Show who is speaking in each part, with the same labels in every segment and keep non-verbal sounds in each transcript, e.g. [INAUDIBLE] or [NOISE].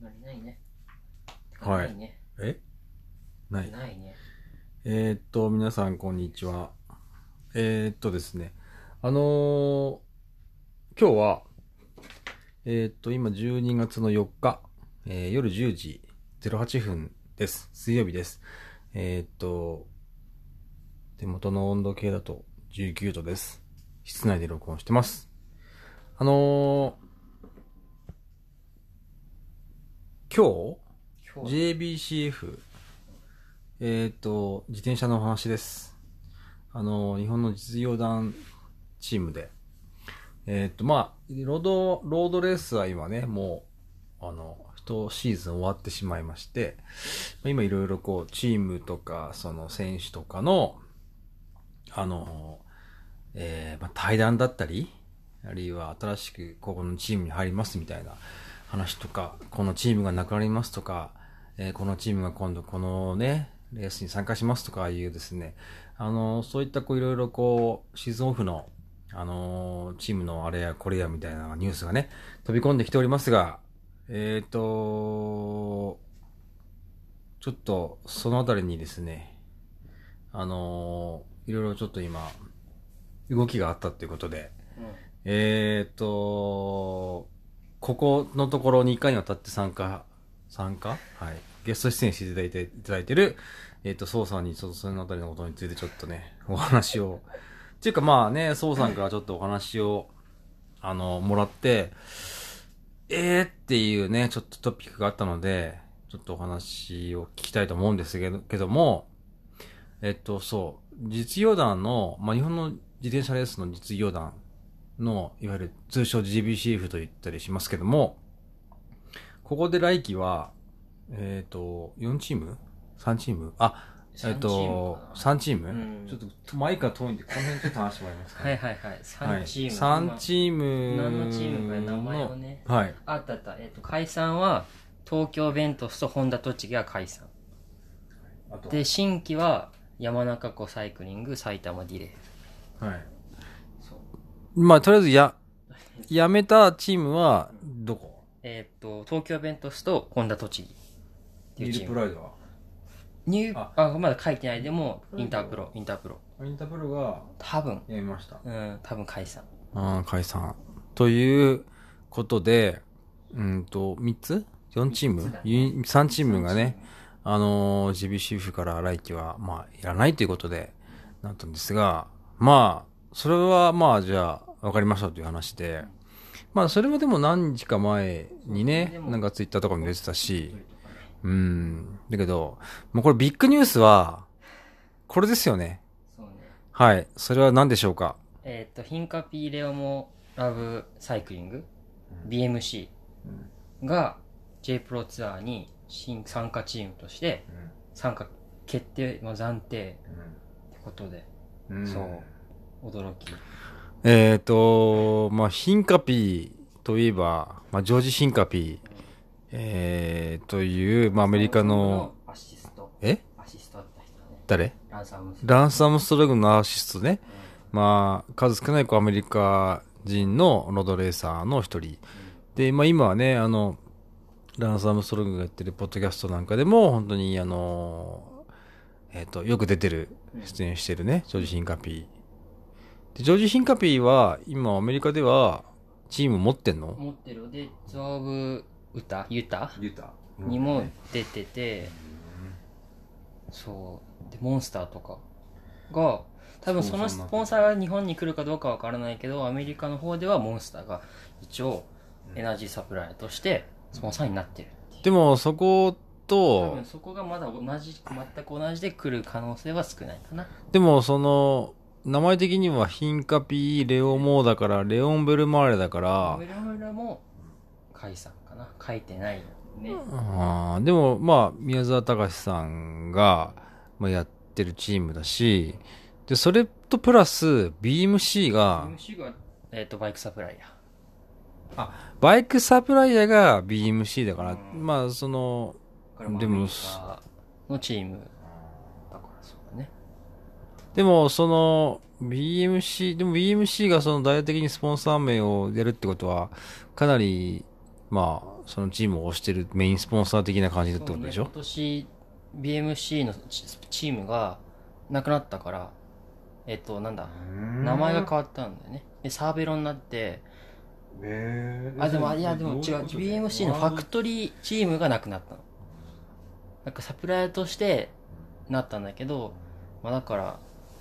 Speaker 1: ないないね。
Speaker 2: は
Speaker 1: な
Speaker 2: い
Speaker 1: いね。
Speaker 2: えない。
Speaker 1: ないね。
Speaker 2: えーっと、皆さん、こんにちは。えーっとですね。あのー今日は、えーっと、今12月の4日、えー夜10時08分です。水曜日です。えーっと、手元の温度計だと19度です。室内で録音してます。あのー今日
Speaker 1: 今日
Speaker 2: JBCF、えっ、と、自転車のお話です。あの、日本の実業団チームで、えっ、と、まあ、ロード、ロードレースは今ね、もう、あの、一シーズン終わってしまいまして、まあ今いろいろこう、チームとか、その選手とかの、あの、えーまあ、対談だったり、あるいは新しくここのチームに入りますみたいな話とか、このチームがなくなりますとか、えーこのチームが今度このね、レースに参加しますとかいうですね、あの、そういったこういろいろこう、シーズンオフの、あのーチームのあれやこれやみたいなニュースがね、飛び込んできておりますが、えっ、と、ちょっとそのあたりにですね、あのーいろいろちょっと今、動きがあったということで、
Speaker 1: う
Speaker 2: えー、っと、ここのところ2回にわたって参加、参加はい。ゲスト出演していただいて、いただいてる、えーっと、宋さんにちょっとそのあたりのことについてちょっとね、お話を。 [LAUGHS] っていうかまあね、宋さんからちょっとお話を、あの、もらって、えーっていうね、ちょっとトピックがあったので、ちょっとお話を聞きたいと思うんですけどけども、えっと、そう、実業団の、まあ、日本の自転車レースの実業団の、いわゆる通称 GBCF と言ったりしますけども、ここで来季は、えっ、と、4チーム ?3 チームあ、えっ、と、3チーム
Speaker 1: うん
Speaker 2: ちょっと、マイクが遠いんで、この辺ちょっと話してもらえますか、
Speaker 1: はいはいはい。3チーム。
Speaker 2: 3チーム
Speaker 1: 何のチームか名前をね。
Speaker 2: のはい。
Speaker 1: あったあった。えっと、解散は、東京ベントスとホンダ栃木が解散。
Speaker 2: あと
Speaker 1: で、新規は、山中湖サイクリング、埼玉ディレイ。
Speaker 2: はい。
Speaker 1: そう。
Speaker 2: まあ、とりあえず、や、やめたチームは、どこ
Speaker 1: えっと、東京ベントスとホンダ栃木っていうチーム。
Speaker 2: ライドは
Speaker 1: ニュー
Speaker 2: あ
Speaker 1: あ、まだ書いてない。でも、インタープロ、インタープロ。
Speaker 2: インタープロが、
Speaker 1: 多分、
Speaker 2: やめました。
Speaker 1: うん、多分解散。
Speaker 2: ああ、解散。ということで、うんと、3つ ?4 チーム、
Speaker 1: 三つだね
Speaker 2: ゆい三 ?3 チームがね、あのー、GBCF から来季は、まあ、いらないということで、なったんですが、まあ、それは、まあ、じゃあ、わかりましたという話で、まあ、それはでも何日か前に
Speaker 1: そう
Speaker 2: ね
Speaker 1: で、も
Speaker 2: なんかツイッターとかも出てたし、うん、だけど、もうこれビッグニュースは、これですよね。
Speaker 1: そうね。
Speaker 2: はい。それは何でしょうか
Speaker 1: えっ、と、ヒンカピーレオモラブサイクリング、BMC が J プロツアーに新参加チームとして参加決定、まあ、暫定ってことで
Speaker 2: うん
Speaker 1: そう驚き。
Speaker 2: えっ、と、まあ、ヒンカピーといえば、まあ、ジョージ・ヒンカピー、えー、という、まあ、アメリカの、
Speaker 1: アシスト、
Speaker 2: え
Speaker 1: アシストだった人ね。
Speaker 2: 誰
Speaker 1: ランサムス。
Speaker 2: ランサムストロングのアシストね。まあ、数少ないこうアメリカ人のロードレーサーの一人。で、まあ、今はね、あの、ランサムストロングがやってるポッドキャストなんかでも、本当に、あの、えっ、と、よく出てる、出演してるね、ジョージ・ヒンカピー。で、ジョージ・ヒンカピーは、今アメリカでは、チーム持ってんの
Speaker 1: 持ってるで、ゾーブ歌、ユタ
Speaker 2: ユタ
Speaker 1: にも出てて、そうでモンスターとかが多分その
Speaker 2: そう
Speaker 1: ス
Speaker 2: そう
Speaker 1: ポンサーが日本に来るかどうかわからないけどアメリカの方ではモンスターが一応エナジーサプライヤーとしてスポンサーになってる
Speaker 2: でもそこ
Speaker 1: 多
Speaker 2: と
Speaker 1: 分そこがまだ同じ全く同じで来る可能性は少ないかな
Speaker 2: でもその名前的にはヒンカピーレオモーだからレオン・ベルマーレだから
Speaker 1: ムラムラも解散かな書いてないよね
Speaker 2: あーでもまあ宮沢隆さんがまあやってるチームだしでそれとプラス BMC が
Speaker 1: MC が、えー、とバイクサプライヤー
Speaker 2: バイクサプライヤーが BMC だから
Speaker 1: うん
Speaker 2: まあその
Speaker 1: これも
Speaker 2: でも
Speaker 1: アメリカのチームだからそうだね
Speaker 2: でも、その、BMC、でも BMC がその大々的にスポンサー名をやるってことは、かなり、まあ、そのチームを推してるメインスポンサー的な感じだってことでしょ
Speaker 1: 今年 BMC のチチームがなくなったからえっとなんだ名前が変わったんだよねでサーベロになって
Speaker 3: え
Speaker 1: あでもいやでも違う BMC のファク
Speaker 3: ト
Speaker 1: トリーチームがなくなったのなんかサプライヤーとしてなったんだけどまあだから、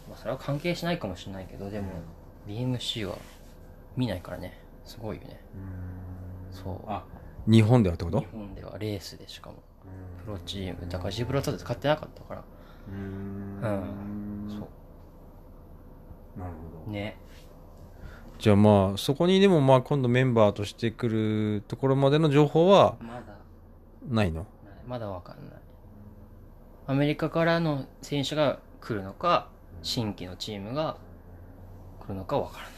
Speaker 1: まあ、それは関係しないかもしれないけどでも BMC は見ないからねすごいよねそう
Speaker 2: あ日本ではってこと
Speaker 1: 日本ではレースでしかもプロチームだからジブラトル買ってなかったから
Speaker 3: うーん
Speaker 1: そ
Speaker 3: なるほ
Speaker 1: う
Speaker 3: ど
Speaker 1: ね
Speaker 2: じゃあまあそこにでもまあ今度メンバーとしてくるところまでの情報は
Speaker 1: まだ
Speaker 2: ないの
Speaker 1: まだわかんないアメリカからの選手が来るのか新規のチームが来るのかわからない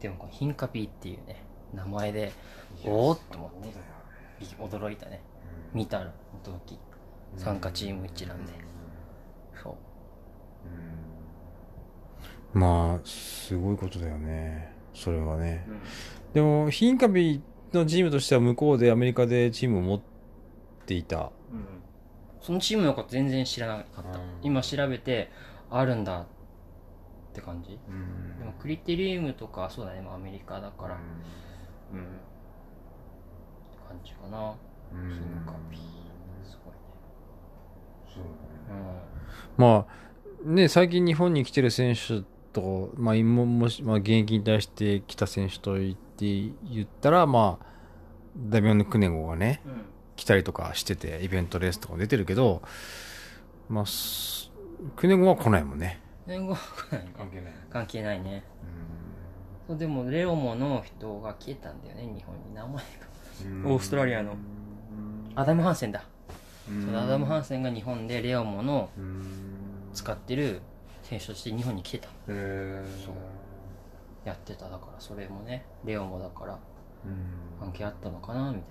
Speaker 1: でもこのヒンカピーっていうね名前でおーっと思って
Speaker 3: そうだよね
Speaker 1: び驚いたね見たら驚き参加チーム一覧でそう
Speaker 2: まあすごいことだよねそれはねでもヒンカビのチームとしては向こうでアメリカでチームを持っていた
Speaker 1: そのチームのこと全然知らなかった
Speaker 3: うん
Speaker 1: 今調べてあるんだって感じ
Speaker 3: うんうん
Speaker 1: でもクリテリウムとかそうだねまあアメリカだからうんって感じかな
Speaker 3: うん
Speaker 1: ヒンカピーすごい
Speaker 3: そうだね
Speaker 1: ね
Speaker 2: まあね最近日本に来てる選手と、まあ、今もし、まあ、現役に対して来た選手と言って言ったらまあダミオン・クネゴがね
Speaker 1: うん
Speaker 2: 来たりとかしててイベントレースとかも出てるけどまあすクネゴは来ないもんね
Speaker 1: 言語学ないね
Speaker 3: 関係ない
Speaker 1: 関係ないね
Speaker 3: う
Speaker 1: そうでもレオモの人が消えたんだよね日本に名前が
Speaker 3: ん
Speaker 1: オーストラリアのアダム・ハンセンだ
Speaker 3: うん
Speaker 1: そのアダム・ハンセンが日本でレオモの
Speaker 3: うん
Speaker 1: 使ってる選手として日本に来てた
Speaker 3: へえ
Speaker 1: そうやってただからそれもねレオもだから関係あったのかなみたいな感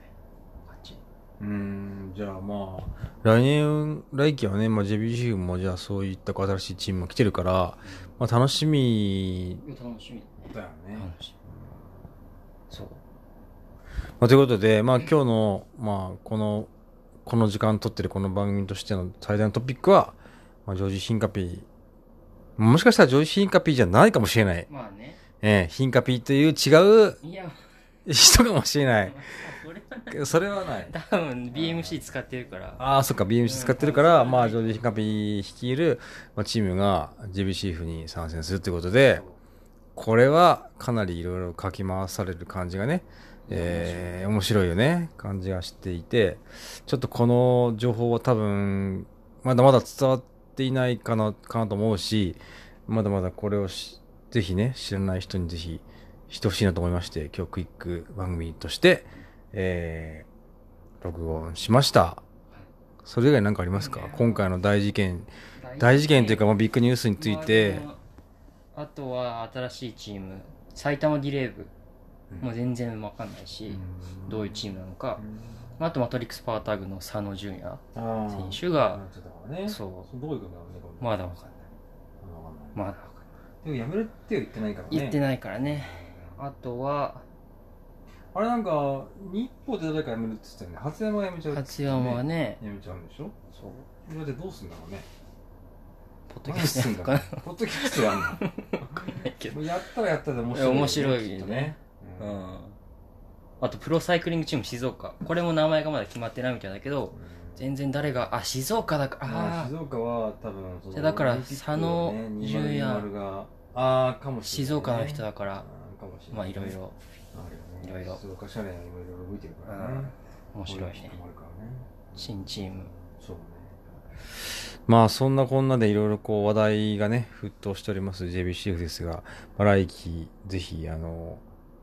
Speaker 1: じ
Speaker 2: うんじゃあまあ来年来季はね、まあ、JBC もじゃあそういった新しいチームが来てるから、まあ、楽しみ、
Speaker 1: 楽しみだね
Speaker 3: だよね
Speaker 1: 楽しみそう
Speaker 2: まあ、ということで、まあ、今日の、まあ、このこの時間撮ってるこの番組としての最大のトピックは、まあ、ジョージ・ヒンカピーもしかしたらジョージ・ヒンカピーじゃないかもしれない、
Speaker 1: まあね
Speaker 2: ええ、ヒンカピーという違う
Speaker 1: いや、
Speaker 2: 人かもしれな
Speaker 1: まあ
Speaker 2: い
Speaker 1: それはね
Speaker 2: それはない
Speaker 1: 多分 BMC 使ってるから
Speaker 2: ああ、そっか、BMC 使ってるか
Speaker 1: う
Speaker 2: ら、
Speaker 1: ん
Speaker 2: まあ、ジョージ・ヒンカピー率いる、まあ、チームが JBC f に参戦するということで、これはかなりいろいろかき回される感じがね、えー面白いよね、感じがしていて、ちょっとこの情報は多分、まだまだ伝わっていないかな、かなと思うし、まだまだこれをしぜひね、知らない人にぜひ知ってほしいなと思いまして、今日クイック番組として、えー、録音しました。それ以外何かありますか今回の大事件、大事件というか、まあ、ビッグニュースについて、
Speaker 1: まああとは新しいチーム埼玉ディレーブもう全然わかんないし、どういうチームなのか、あとマトリックスパータグの佐野純也選
Speaker 3: 選
Speaker 1: 手が、
Speaker 3: ね
Speaker 1: そ
Speaker 3: どういうことだろうねこれ
Speaker 1: まだわかんない
Speaker 3: わかんない
Speaker 1: まだわかんない
Speaker 3: でもやめるって言ってないからね
Speaker 1: 言ってないからねあとは
Speaker 3: あれなんか日報で誰か辞めるって言ってたよね初山辞めちゃうって言ってた
Speaker 1: 初
Speaker 3: よね
Speaker 1: 山はね
Speaker 3: 辞めちゃうんでしょ
Speaker 1: そう
Speaker 3: だってどうすんだろうね
Speaker 1: ポッド
Speaker 3: 何
Speaker 1: キャス
Speaker 3: す
Speaker 1: ト
Speaker 3: ん
Speaker 1: な
Speaker 3: だろ
Speaker 1: のか
Speaker 3: う
Speaker 1: な
Speaker 3: ねポッドキャストやんの
Speaker 1: けど
Speaker 3: もうやったらやったで面白い
Speaker 1: 面白い
Speaker 3: きっ
Speaker 1: よ
Speaker 3: と
Speaker 1: ね
Speaker 3: う
Speaker 1: うんんあとプロサイクリングチーム静岡これも名前がまだ決まってないみたいだけど全然誰があ静岡だから
Speaker 3: まあ
Speaker 1: あ
Speaker 3: 静岡は多分その
Speaker 1: じゃあだから
Speaker 3: オリンピックをね
Speaker 1: 佐野純也
Speaker 3: 2020がああかも
Speaker 1: ー
Speaker 3: しれない
Speaker 1: 静岡の人
Speaker 3: だ
Speaker 1: だから
Speaker 3: かもしれない
Speaker 1: まあいろいろ
Speaker 3: あるよね
Speaker 1: いろいろ
Speaker 3: 静岡社連今いろいろ動いてるからね
Speaker 1: 面白い
Speaker 3: こ
Speaker 1: ね
Speaker 3: ううのもあるからね
Speaker 1: 新チーム
Speaker 3: そうね
Speaker 2: まあそんなこんなでいろいろこう話題がね、沸騰しております JBCF ですが、まあ来季ぜひあの、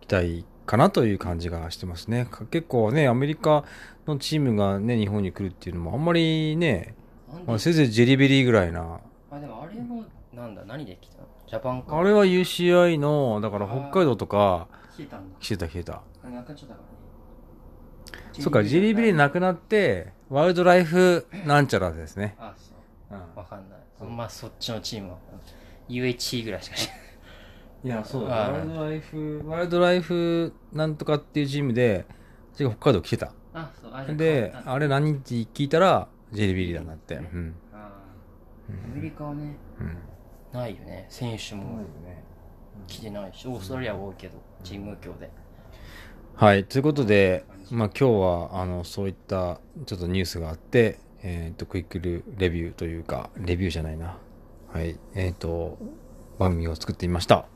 Speaker 2: 期待かなという感じがしてますね。か結構ね、アメリカのチームがね、日本に来るっていうのもあんまりね、
Speaker 1: なん
Speaker 2: まあ、
Speaker 1: で
Speaker 2: せいぜいジェリベリーぐらいな。
Speaker 1: あでもあれもなんだ何で来たのジャパンか
Speaker 2: あれは UCI の、だから北海道とか、
Speaker 1: 来てたんだ
Speaker 2: 来てた来てた。
Speaker 1: あれなくなっちゃったからね
Speaker 2: そっか、ジェリベリーなくなって、ワイルドライフなんちゃらですね。
Speaker 1: あそう
Speaker 3: うん
Speaker 1: わかんないまあそっちのチームは UHC ぐらいしか知らない
Speaker 3: いやそうだ
Speaker 1: あー
Speaker 3: ワールドライフ
Speaker 2: ワイルドライフなんとかっていうチームで、違う、北海道来てた。
Speaker 1: [LAUGHS] あ、そう、あ
Speaker 2: で、あれ何日聞いたら、JBL だなって。う
Speaker 1: うん
Speaker 2: ん。
Speaker 1: あ
Speaker 2: う
Speaker 1: ーアメ
Speaker 2: ん
Speaker 1: リカはね、
Speaker 2: うん。
Speaker 1: ないよね。選手
Speaker 3: ないよ
Speaker 1: も
Speaker 3: ね。
Speaker 1: 来てないし、オーストラリアは多いけど、神宮教で。
Speaker 2: はい。ということで、まあ今日は、あの、そういった、ちょっとニュースがあって、えっ、と、クイックルレビューというか、レビューじゃないな。はい。えっ、と、番組を作ってみました。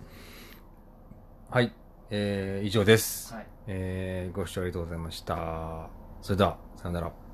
Speaker 2: はい。えー、以上です。
Speaker 1: はい。
Speaker 2: えー、ご視聴ありがとうございました。それでは、さよなら。